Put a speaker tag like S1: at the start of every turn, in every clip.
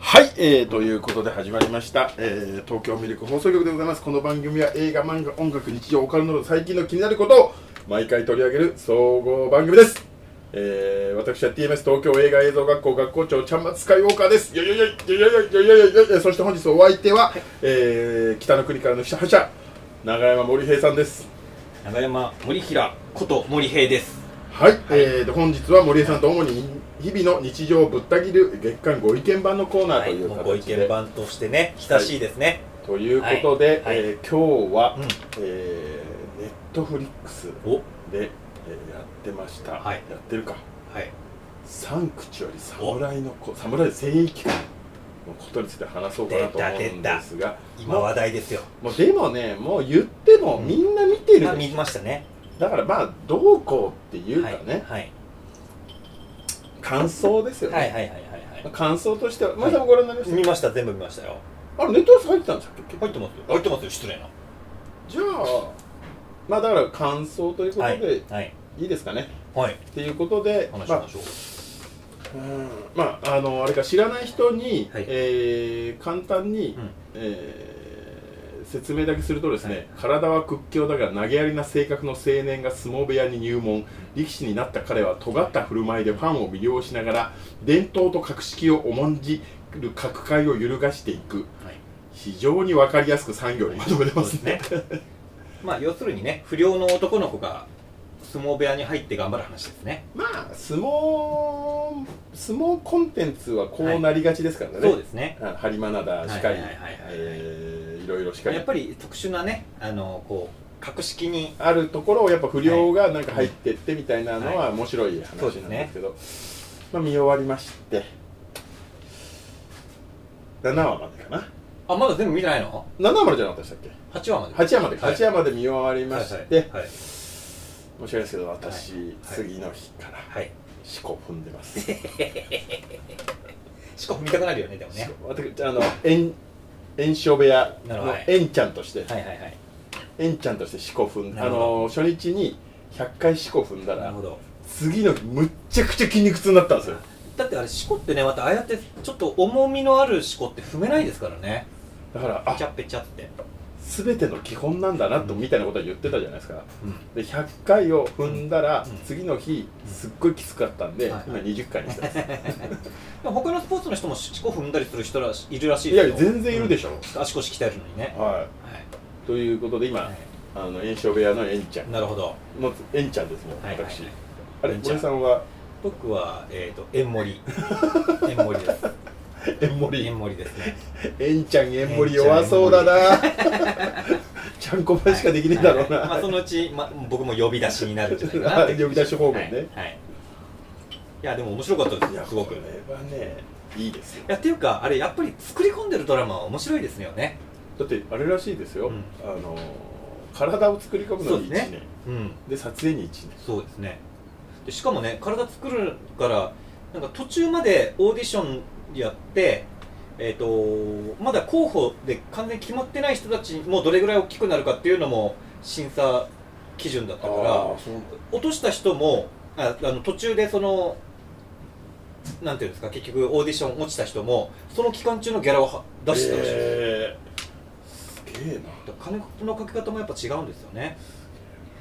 S1: はい、えー、ということで始まりました、えー、東京ミルク放送局でございますこの番組は映画漫画音楽日常オカルトなど最近の気になることを毎回取り上げる総合番組です、えー、私は TMS 東京映画映像学校学校長ちゃんまつかいウォーカーですよいよいよいよいよいよいよいよいよいよそして本日お相手は、えー、北の国からの記者覇者永山森平さんです
S2: 長山森平こと森平です
S1: はい、えー、で本日は森江さんと主に日々の日常をぶった切る月間ご意見版のコーナーという
S2: もう
S1: 形
S2: ご意
S1: で、
S2: 見番としてね親しいですね、
S1: ということで、
S2: はい
S1: えー今日は、
S2: うん
S1: えー、ネットフリックス
S2: お
S1: で、えーやってました、
S2: はい
S1: やってるか
S2: はい
S1: 「サンクチュアリ侍の子侍聖域」のことについて話そうかなと思うんですが
S2: 今話題ですよ、
S1: もうでもねもう言っても
S2: うん
S1: みんな見てるでし
S2: ま
S1: ょ
S2: あ、見ましたね
S1: だからまあどうこうっていうか
S2: はい
S1: ね、
S2: はい
S1: 感想ですよね、
S2: はいはいはいはいは
S1: 感想としては、まあ、でもご覧になりま
S2: い
S1: した、
S2: 見ました全部見ましたよ
S1: あれネットフリックス入ってたんですか結局
S2: 入ってますよ入ってますよ失礼な
S1: じゃあまあだから感想ということ
S2: はい
S1: で
S2: はい
S1: いいですかね、
S2: はい
S1: っていうことで、
S2: 話し
S1: ま
S2: ま
S1: あ
S2: しょう、
S1: うんまああのあれか知らない人に、
S2: はい
S1: えー簡単に、
S2: うん
S1: えー説明だけするとですね、
S2: はい
S1: 体は屈強だが投げやりな性格の青年が相撲部屋に入門力士になった彼は尖った振る舞いでファンを魅了しながら伝統と格式を重んじる角界を揺るがしていく
S2: はい
S1: 非常に分かりやすく産業にまとめてますね
S2: そうですねまあ要するにね不良の男の子が相撲部屋に入って頑張る話ですね
S1: まあ相撲相撲コンテンツはこうなりがちですからね、
S2: そうですね
S1: あハリマナダしか
S2: はい
S1: り
S2: はいはいはい
S1: えーいろいろしか
S2: や
S1: り
S2: っぱり特殊なねあのこう格式に
S1: あるところをやっぱ不良がなんか入ってってみたいなのは面白い話なん
S2: そうですす
S1: でけ
S2: ね
S1: ど、まあ、見終わりまして7話までかな
S2: あまだ全部見てないの
S1: 7話までじゃなかったでしたっけ
S2: 8話まで
S1: 8話までか、
S2: はい
S1: 8話まで見終わりまして、
S2: はいはい
S1: 申し訳ないですけど私、
S2: はいはい
S1: 次の日から
S2: はい
S1: 四股踏んでます
S2: しかも見たくなるよねでもね
S1: 私あの炎炎症部屋
S2: なるほ
S1: の
S2: ど
S1: 炎ちゃんとして
S2: はいはいはい
S1: 炎ちゃんとして四股踏ん
S2: な
S1: あ
S2: るほど
S1: の初日に100回四股踏んだ
S2: な
S1: ら
S2: るほど
S1: 次の日むっちゃくちゃ筋肉痛になったんですよ
S2: だってあれ四股ってねまたああやってちょっと重みのある四股って踏めないですからね
S1: だから
S2: ペチ
S1: あ
S2: ャペチャって
S1: 全ての基本なんだなとみたいなことは言ってたじゃないですか
S2: うん
S1: で100回を踏んだ
S2: う
S1: ら、
S2: ん
S1: 次の日
S2: うん
S1: すっごいきつかったんで、
S2: はい
S1: 今20回にしてます
S2: でも他のスポーツの人も四股踏んだりする人らしいるらしい
S1: い
S2: で
S1: や
S2: すよ
S1: 全然いるでしょ、
S2: うん足腰鍛えるのにね
S1: は
S2: はい
S1: いということで今、
S2: は
S1: あの炎症部屋の炎ちゃ
S2: い
S1: ん
S2: なるほど
S1: の炎ちゃんですもん、
S2: はいはいはい
S1: 私あれ
S2: 炎ちゃん
S1: 森さんは
S2: 僕はえっと縁 盛り縁盛りです
S1: 炎森
S2: 縁盛りですね
S1: えんちゃんえんぼり弱そうだなちゃんこばしかできねえだろう
S2: はいまあ
S1: な
S2: そのうちま僕も呼び出しになるんじゃ ないかなって
S1: 呼び出し方面ね
S2: はいはいいやでも面白かったですよすごく
S1: これはねいいですよ
S2: いやっていうかあれやっぱり作り込んでるドラマは面白いですよね
S1: だってあれらしいですよ、
S2: うん
S1: あの体を作り込むの
S2: そうで
S1: に1
S2: す
S1: 年で,、
S2: ねうん
S1: 撮影に1年
S2: そうですねでしかもね体作るからなんか途中までオーディションやってえー、とまだ候補で完全に決まってない人たちもどれぐらい大きくなるかっていうのも審査基準だったから
S1: そう
S2: 落とした人もああの途中でそのなんていうんですか結局オーディション落ちた人もその期間中のギャラをは出してたらしいんですよ
S1: えーすげえな
S2: 金のかけ方もやっぱ違うんですよね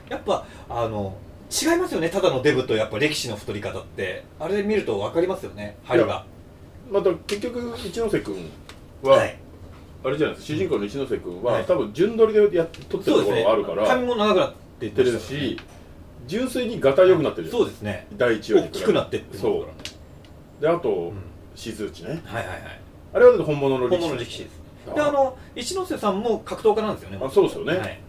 S2: やっぱあの違いますよねただのデブとやっぱ歴史の太り方ってあれで見ると分かりますよね針が
S1: また結局一ノ瀬君は、
S2: はい
S1: あれじゃないですか主人公の一ノ瀬君は、
S2: はい
S1: 多分順取りでやっ撮って
S2: そ
S1: る
S2: うで
S1: とこ
S2: す
S1: ろ
S2: ね
S1: があるから、
S2: 髪も長くなってっ
S1: って
S2: て
S1: るし純粋にガタ良くなってるじゃん
S2: そうですね
S1: 第一話
S2: 大
S1: に比べ
S2: きくなってってますから
S1: そう
S2: ね
S1: であと、
S2: うん
S1: しずちね
S2: はいはいはい
S1: あれはだって本物の力
S2: 本
S1: 士
S2: 物の力士です
S1: あ
S2: であの一ノ瀬さんも格闘家なんですよね
S1: あそうですよね
S2: はい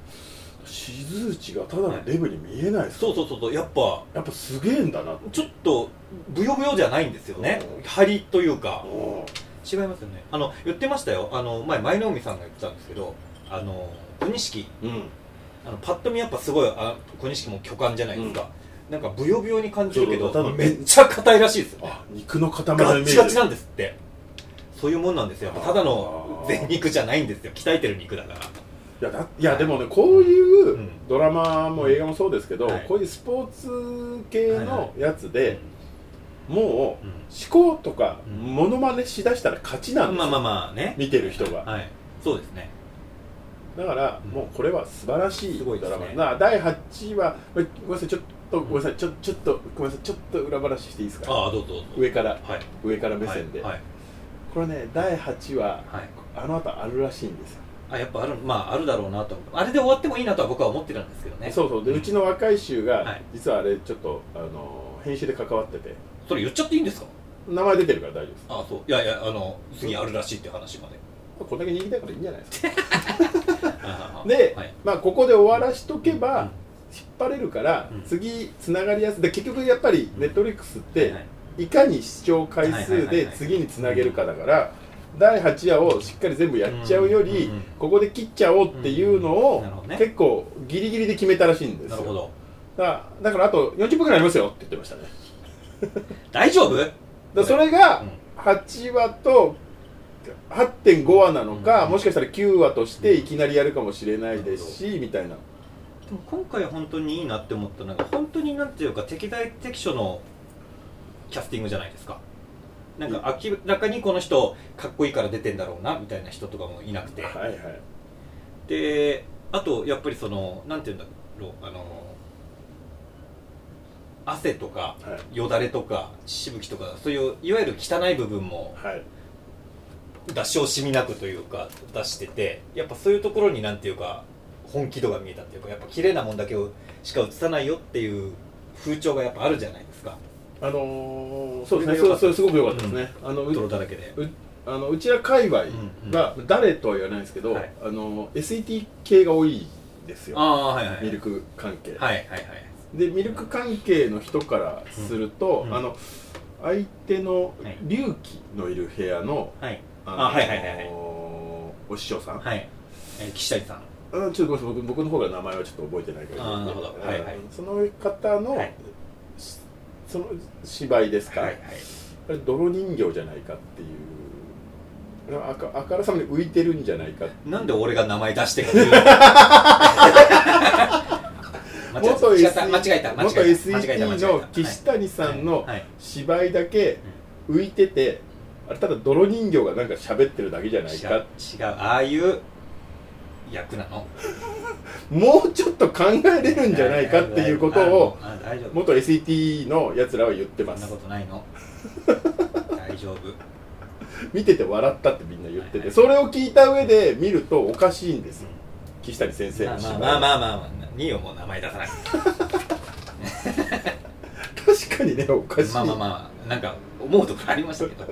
S1: しずちがただのデブに見えないです、
S2: そうそうそうそうやっぱ
S1: やっぱすげえんだな
S2: ちょっとブヨブヨじゃないんですよね
S1: うん
S2: 針というか
S1: お
S2: 違いますよねあの言ってましたよあの前舞の海さんが言ってたんですけどあの小錦
S1: うん
S2: あのパッと見やっぱすごいあ小錦も巨漢じゃないですか、なんかブヨブヨに感じるけ
S1: そうそう多
S2: ど
S1: 分
S2: めっちゃ硬いらしいですよね
S1: あ肉の塊のイメ
S2: ガ
S1: ー
S2: ッ
S1: ジ
S2: チガチなんですってそういうもんなんですよ
S1: あー
S2: ただの全肉じゃないんですよ鍛えてる肉だから
S1: いやだいやでもねこういううんドラマも映画もそうですけど、
S2: はい
S1: こういうスポーツ系のやつで、
S2: で
S1: もう
S2: うん
S1: 思考とか
S2: うん
S1: モノマネしだしたら勝ちなんです
S2: まあ
S1: よ、
S2: まあまあね
S1: 見てる人が
S2: はいそうですね
S1: だから
S2: うん
S1: もうこれは素晴らしい
S2: すごいで
S1: ド
S2: すね
S1: ラマ、な第8話ごめんなさいちょっとごめんなさいちょちょっとごめんなさいちょっと裏話していいですか
S2: ああどうぞどうぞ
S1: 上から
S2: はい
S1: 上から目線で、
S2: はい
S1: これね第8話
S2: はい、はい
S1: あの後あるらしいんですよ、
S2: あやっぱあるまああるだろうなとあれで終わってもいいなとは僕は思ってたんですけどね
S1: そうそうで
S2: うん
S1: うちの若い衆が、
S2: はい
S1: 実はあれちょっとあの編集で関わってて
S2: それ言っちゃっていいんですか
S1: 名前出てるから大丈夫です
S2: あそういやいやあの次あるらしいって話 まで
S1: こんだけ人気だからいいんじゃな いですか
S2: で
S1: で、
S2: はい
S1: まあここで終わらしとけば、
S2: うん
S1: 引っ張れるから、
S2: うん
S1: 次つながりやすいで結局やっぱり
S2: うん
S1: ネットリックスっ
S2: はい
S1: て、
S2: はい
S1: いかに視聴回
S2: はい
S1: 数
S2: はいはい
S1: で
S2: はい
S1: 次につなげるかだから第8話をしっかり全部やっちゃうより、
S2: うんうん
S1: ここで切っちゃおうっていうの
S2: うん
S1: を
S2: なるほどね
S1: 結構ギリギリで決めたらしいんです
S2: な
S1: よ
S2: るほど
S1: だからだからあと40分くらいありますよって言ってましたねだか
S2: 大丈夫うん
S1: らそれ
S2: う
S1: が
S2: ん
S1: 8話と8.5話なのか、
S2: うん
S1: もしかしたら9話としていきなりやるかもしれないですし、みたいな
S2: でも今回本当にいいなって思ったのが本当になんていうか適材適所のキャスティングじゃないですかなんか明らかにこの人かっこいいから出てんだろうなみたいな人とかもいなくて
S1: はいはい
S2: であとやっぱりそのなんていうんだろうあの汗とか
S1: はい
S2: よだれとか血しぶきとかそういういわゆる汚い部分も
S1: はい
S2: 出し惜しみなくというか出しててやっぱそういうところになんていうか本気度が見えたっていうかやっぱ綺麗なもんだけをしか映さないよっていう風潮がやっぱあるじゃないですか
S1: あのー、そうですね
S2: それが良か
S1: そ
S2: った
S1: うそうすごく良かったですね、あのう
S2: 泥だらけで
S1: うあのうちら界隈が、誰とは言わないですけど、
S2: はい
S1: あの SET 系が多いですよ
S2: ああはいはい
S1: ミルク関係、
S2: はいはいはい
S1: でミルク関係の人からすると、
S2: うんうん
S1: あの相手の
S2: はい
S1: 隆起のいる部屋の、
S2: はい
S1: あ
S2: あはいはいはいはい
S1: お師匠さん、
S2: はいえー岸谷さん
S1: うん、ちょっとごめんなさい僕僕の方が名前はちょっと覚えてないけど
S2: あーなるほど
S1: うん
S2: はいはい
S1: その方の、
S2: はい
S1: しその芝居ですか、
S2: はいはい
S1: あれ泥人形じゃないかっていうあかあからさまに浮いてるんじゃないかっていう
S2: なんで俺が名前出してく る間違えた
S1: 元
S2: 違
S1: SE
S2: った間違えた間違え
S1: 元
S2: た間違えた
S1: SET
S2: 間違え
S1: の
S2: た
S1: 岸谷さん
S2: はい
S1: の
S2: はい
S1: 芝居だけ浮いててあれただ泥人形がなんか喋ってるだけじゃない
S2: 違
S1: か
S2: う違うああいう役なの
S1: もうちょっと考えれるんじゃないかっていうことを
S2: あ大丈夫
S1: 元 SET のやつらは言ってま
S2: そんな
S1: す
S2: ことない の大丈夫
S1: 見てて笑ったってみんな言っ
S2: はい
S1: て
S2: は
S1: て
S2: い
S1: それを聞いた上で見るとおかしいんですよ岸谷先生
S2: まあ
S1: の芝
S2: ま
S1: 居
S2: あまあまあまあ、まあ、いいよもう名前出さなくて
S1: 確かにねおかしい
S2: まあまあ
S1: も
S2: まあなんか思うところありましたけど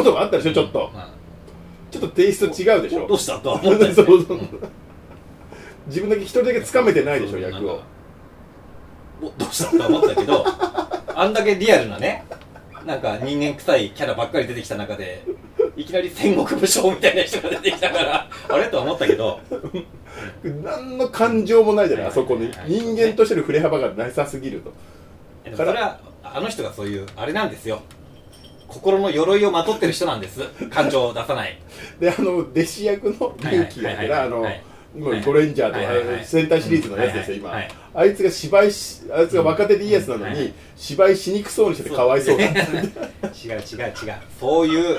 S1: っともあったでしょちょっと
S2: まあ
S1: ちょっとテイスト違うでしょ
S2: どうしたとは思ったよね
S1: そうそうん自分だけ一人だけ掴めてないでしょ
S2: そうそう
S1: 役を
S2: なんかおどうしたとは思ったけど あんだけリアルなねなんか人間臭いキャラばっかり出てきた中でいきなり戦国武将みたいな人が出てきたから あれとは思ったけど
S1: 何の感情もないじゃない
S2: は
S1: あ
S2: い
S1: そこに
S2: はい
S1: 人間としての振れ幅がなさすぎると
S2: でもそれはあの人がそういうあれなんですよ心の鎧をまとってる人なんです感情を出さない
S1: であの弟子役の勇気だからあの
S2: はい
S1: も
S2: はいう
S1: ゴレンジャーとか
S2: はいはい
S1: あのセンターシリーズのやつですよ
S2: うん
S1: 今
S2: はいはい
S1: あいつが芝居しあいつが若手でいいやつなの
S2: うんはい
S1: に芝居しにくそうにしてて かわいそうだ
S2: 違う 違う違うそういう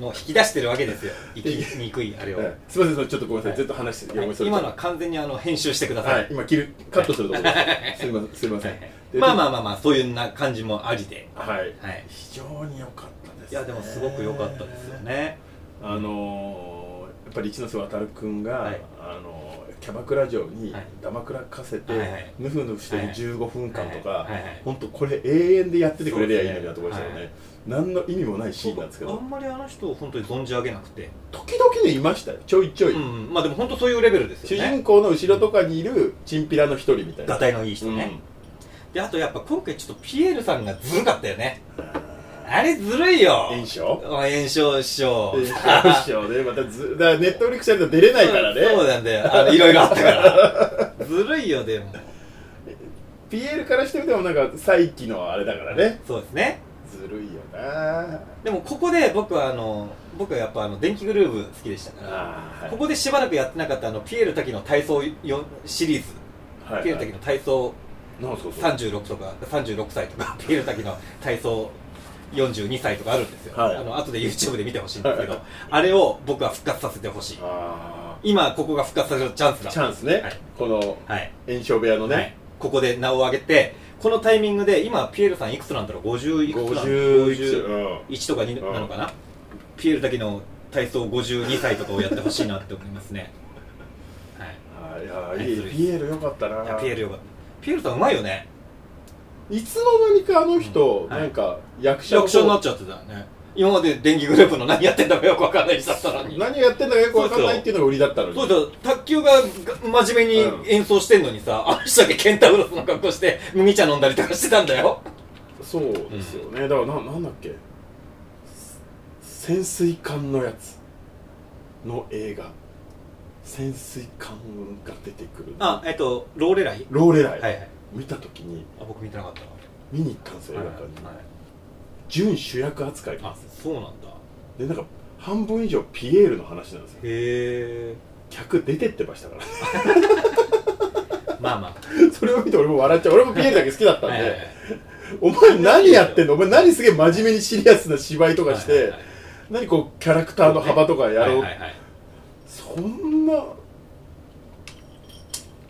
S2: のを引き出してるわけですよ生きにくいあれを、
S1: うんすみませんちょっとごめんなさ
S2: はい
S1: いずっと話し
S2: は
S1: て
S2: い
S1: ごめんなさい
S2: 今のは完全にあの編集してください、
S1: はい今切るカットするところですすみませんすみませんで
S2: まあまあまあまあそういうな感じもありで、
S1: はい
S2: はい、
S1: 非常に良かったです
S2: いやでもすごく良かったですよね
S1: あのーやっぱり一ノ瀬航君が、
S2: はい
S1: あのーキャバクラ城に
S2: はい
S1: ダマくらかせて、
S2: はいはい
S1: ヌフヌフして
S2: はい
S1: る
S2: はい
S1: 15分間とか、
S2: はいはいはい
S1: 本当これ永遠でやっててくれりゃいいのになと
S2: そう
S1: 思い
S2: で
S1: ますした
S2: ね
S1: よね何の意味もないシーンなんですけ
S2: あ
S1: ど
S2: んまりあの人を本当に存じ上げなくて、
S1: 時々ねいましたよちょいちょい、
S2: うん、まあでも本当そういうレベルです
S1: 主
S2: よね
S1: 人公の後ろとかにいるチンピラの一人みたいな
S2: がたいのいい人
S1: うん
S2: ね、であとやっぱ今回ちょっとピエールさんがずるかったよねあれずるいよ
S1: 炎症
S2: あ炎症師匠
S1: 炎症でまたずだからネットフリックスやると出れないからね
S2: そうなんだよあのいろいろあったからずるいよでも
S1: ピエールからしてみてもなんか再起のあれだからね
S2: そうですね
S1: ずるいよな
S2: でもここで僕はあの僕はやっぱあの電気グルーブ好きでしたから
S1: あーはい
S2: ここでしばらくやってなかったあのピエール滝の体操よシリーズ、
S1: はい
S2: ピエール滝の体操
S1: なんすかそれ
S2: 36とか36歳とかピエール滝の体操42歳とかあるんですよ、
S1: はい
S2: あの後で YouTube で見てほしいんですけど、
S1: はい
S2: あれを僕は復活させてほしい
S1: あ
S2: 今ここが復活させるチャンス
S1: あ
S2: だ
S1: チャンスね、
S2: はい
S1: この
S2: はい、
S1: 炎症部屋のね、
S2: はいここで名を上げてこのタイミングで今ピエールさんいくつなんだろう50いくつなんだろう
S1: 50いくつうん
S2: 1とか2なのかな、ピエールだけの体操52歳とかをやってほしいなって思いますね、はい、
S1: あいやいいピエールよかったない
S2: やピエールよかったピエールさんうまいよね
S1: いつの間にかあの人、
S2: うんはい
S1: なんか役者
S2: 役者になっ
S1: の
S2: ちゃってたよね今まで電気グループの何やってんだかよくわかんない人だったのに
S1: 何やってんだかよくわかんないっていうのが売りだったのに
S2: そうだよ卓球がが真面目に演奏してんのにさ、あの人だけケンタウロスの格好して麦茶飲んだりとかしてたんだよ
S1: そうですよね、だからななんだっけ潜水艦のやつの映画潜水艦が出てくる
S2: あえっとローレライ
S1: ローレライ、
S2: はいはい
S1: 見た時に
S2: あ僕見てなかった
S1: 見に行ったんですよ映
S2: な
S1: 画
S2: はい
S1: 館に、
S2: はい
S1: 準主役扱いで
S2: あそうなんだ
S1: でなんか半分以上ピエールの話なんですよ
S2: へえ
S1: 客出てってましたから ね
S2: まあま
S1: それを見て俺も笑っちゃう俺もピエールだけ好きだっ
S2: あ
S1: たんで、
S2: はいはいはい
S1: お前何やってんのお前何すげえ真面目にシリアスな芝居とかして、
S2: はいはいはい
S1: 何こうキャラクターの幅とか
S2: は
S1: やろう、
S2: いはいはい
S1: そんな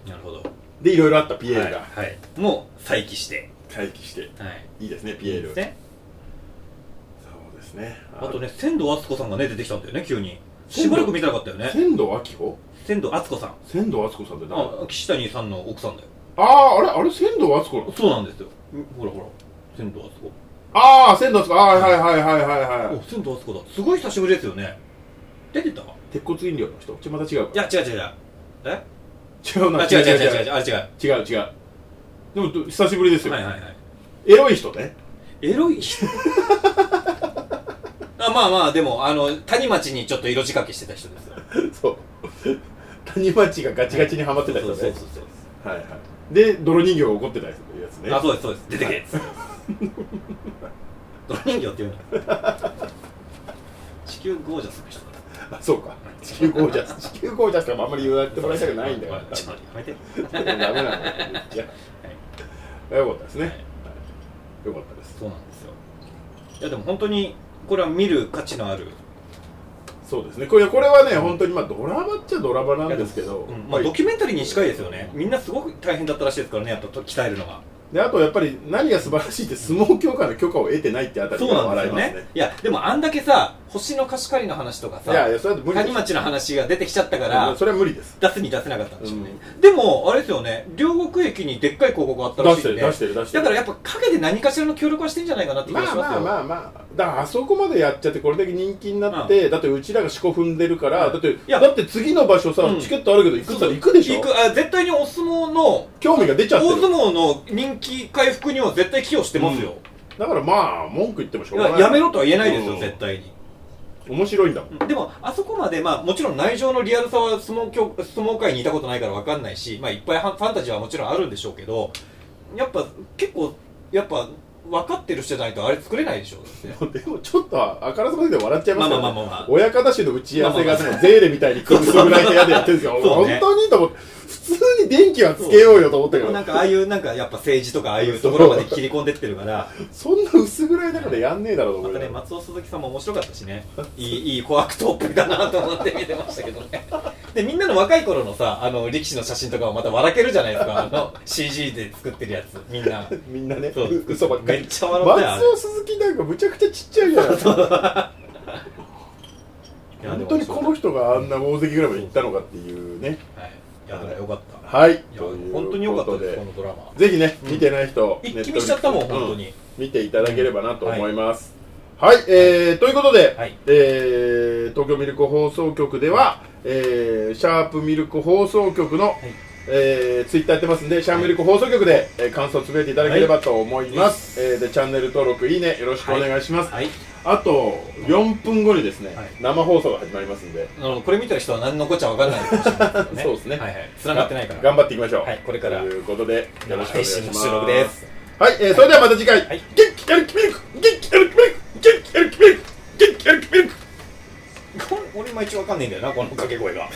S2: なるほど
S1: でいろいろあったピエールが
S2: はい、はいもう再起して
S1: 待機して
S2: はい
S1: いいですねピエール
S2: ですね
S1: そうですね
S2: あとね仙道敦子さんがね出てきたんだよね急にしばらく見てなかったよね
S1: 仙道明子
S2: 仙道敦子さん
S1: 仙道敦子さんって誰
S2: あ岸谷さんの奥さんだよ
S1: あああれあれ仙道敦子なの
S2: そうなんですよほらほら仙道敦子
S1: ああ仙道敦子ああはいはいはいはいはいは
S2: お仙道敦子だすごい久しぶりですよね出てたい
S1: い鉄骨飲料の人ちょまた違うか
S2: や違う違う違うえ
S1: 違う
S2: あ
S1: な
S2: 違う違う違う違う
S1: 違う
S2: あれ違うは
S1: 違う違うでもど久しぶりです
S2: い
S1: よ
S2: はいはい
S1: エロい人ね
S2: エロ い人あまあまあでもあの谷町にちょっと色仕掛けしてた人ですよ
S1: そう谷町がガチガチにはまってた人
S2: そうそう
S1: ね
S2: そうそう
S1: はいはいで泥人形が怒ってたやつやつね
S2: あそうですそうです出て けっつって泥人形っていうの 地球ゴージャスの人だ
S1: あそうか地球ゴージャス地球ゴージャスとかもあんまり言われてもらいたくないんだよ
S2: まあちょっとやめて
S1: ダメなんだよ言っちゃうよかったですね、
S2: はい
S1: はいよかったです
S2: そうなんですよいやでも本当にこれは見る価値のある
S1: そうですねこれこれはね本当にまあドラマっちゃドラマなんですけど、
S2: うんまあ、ドキュメンタリーに近いですよねみんなすごく大変だったらしいですからねやっぱと鍛えるのが
S1: であとやっぱり何が素晴らしいって相撲協会の許可を得てないってあたり
S2: そう
S1: が
S2: なんで
S1: 笑
S2: す
S1: い
S2: よ
S1: ます
S2: ね
S1: ね
S2: いやでもあんだけさ星の貸し借りの話とか
S1: いやい
S2: さ
S1: やそれは無理
S2: 谷
S1: です
S2: 町の話が出てきちゃったから
S1: それは無理です
S2: 出すに出せなかったんでしょうね、でもあれですよね両国駅にでっかい広告があった
S1: 出
S2: らし
S1: し
S2: い
S1: て
S2: ん
S1: る
S2: で
S1: 出してる出して
S2: だ
S1: る
S2: からやっぱ陰で何かしらの協力はしてんじゃないかなって気がし
S1: ま
S2: ま
S1: あ
S2: すよ、
S1: まあまあまあだからあそこまでやっちゃってこれだけ人気になって、だってうちらが四股踏んでるから、
S2: うん
S1: だってい
S2: や
S1: だって次の場所さ、
S2: うん
S1: チケットあるけど行くったら行くでしょ
S2: 行くあ絶対にお相撲の
S1: 興味が出ちゃって
S2: 大相
S1: る
S2: 撲の人気回復には絶対寄与してますよ、
S1: だからまあ文句言ってもしょう
S2: だ
S1: が
S2: か
S1: な
S2: らや
S1: い
S2: めろとは言えないですよ、
S1: うん
S2: 絶対に
S1: 面白いんだもん
S2: でもあそこまで、まあ、もちろん内情のリアルさは相撲協相撲界にいたことないから分かんないし、まあ、いっぱいファンファンタジーはもちろんあるんでしょうけどやっぱ結構やっぱ分かってる人じゃないとあれ作れないでしょだって
S1: でもちょっとあからさまで笑っちゃい
S2: ま
S1: ま
S2: すあ
S1: よ
S2: ま
S1: ね
S2: あまあまあまあ
S1: 親方衆の打ち合わせが
S2: まあまあま
S1: ねゼーレみたいに崩すぐらいの部屋でやってるんです よ
S2: そうね
S1: 本当にと思って普通に電気はつけようよと思ったけ
S2: でも
S1: ど
S2: なんかああいうなんかやっぱ政治とかああいうところまで切り込んでってるから
S1: そんな薄暗い中でやんねえだろうと
S2: ま
S1: 思い
S2: た
S1: なが
S2: ね
S1: ら
S2: 松尾鈴木さんも面白かったし ねいいいい子悪党っぷりだなと思って見てましたけど ねでみんなの若い頃のさあの力士の写真とかもまた笑けるじゃないですかあの CG で作ってるやつみん な
S1: みんなね
S2: そう
S1: 嘘ばっかり
S2: めっちゃ笑ったよあれ
S1: 松尾鈴木なんかむちゃくちゃちっちゃいじゃないですか
S2: いや
S1: 本当にこの人があんな大関グラブに行ったのかっていうね
S2: はいいやだからよかった
S1: はい
S2: いや
S1: という
S2: 本当によかったですこ
S1: こと
S2: のドラマ
S1: でぜひね
S2: うん
S1: 見てない人
S2: 一気見しちゃったもん
S1: ネットフリックス
S2: 本当に
S1: 見ていただければなと思います、はい、えー、ということで、
S2: はい
S1: えー東京ミルク放送局では、えーシャープミルク放送局の、えーツイッターやってますんで、シャープミルク放送局で、えー感想をつぶやいていただければと思います、えーでチャンネル登録いいねよろしくお願いします、
S2: はい
S1: あと4分後にですね、
S2: はい
S1: 生放送が始まりますんで
S2: あのこれ見てる人は何のこっちゃ分かんないかもしれないけど
S1: そうですね
S2: はいはい繋がってないから
S1: 頑張っていきましょう
S2: はいこれから
S1: ということでよろしくお願
S2: 配
S1: いし
S2: 信の
S1: ます
S2: 収録 です
S1: はい、えー、それではまた次回、
S2: はい
S1: 元気やる気ミルク元気やる気ミルク元気やる気ミルク元気やる気ミルク
S2: これ俺いまいち分かんないんだよなこの掛け声が